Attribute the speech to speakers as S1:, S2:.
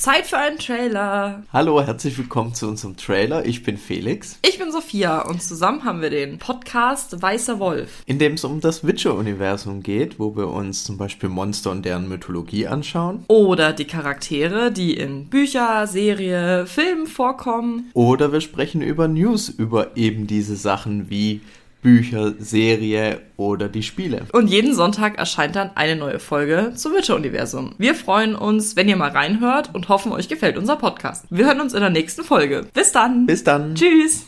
S1: Zeit für einen Trailer.
S2: Hallo, herzlich willkommen zu unserem Trailer. Ich bin Felix,
S1: Ich bin Sophia und zusammen haben wir den Podcast Weißer Wolf.
S2: in dem es um das Witcher-Universum geht, wo wir uns zum Beispiel Monster und deren Mythologie anschauen.
S1: Oder die Charaktere, die in Bücher, Serie, Filmen vorkommen.
S2: Oder wir sprechen über News, über eben diese Sachen wie Bücher, Serie oder die Spiele.
S1: Und jeden Sonntag erscheint dann eine neue Folge zum Witcher-Universum. Wir freuen uns, wenn ihr mal reinhört und hoffen, euch gefällt unser Podcast. Wir hören uns in der nächsten Folge. Bis dann.
S2: Bis dann.
S1: Tschüss.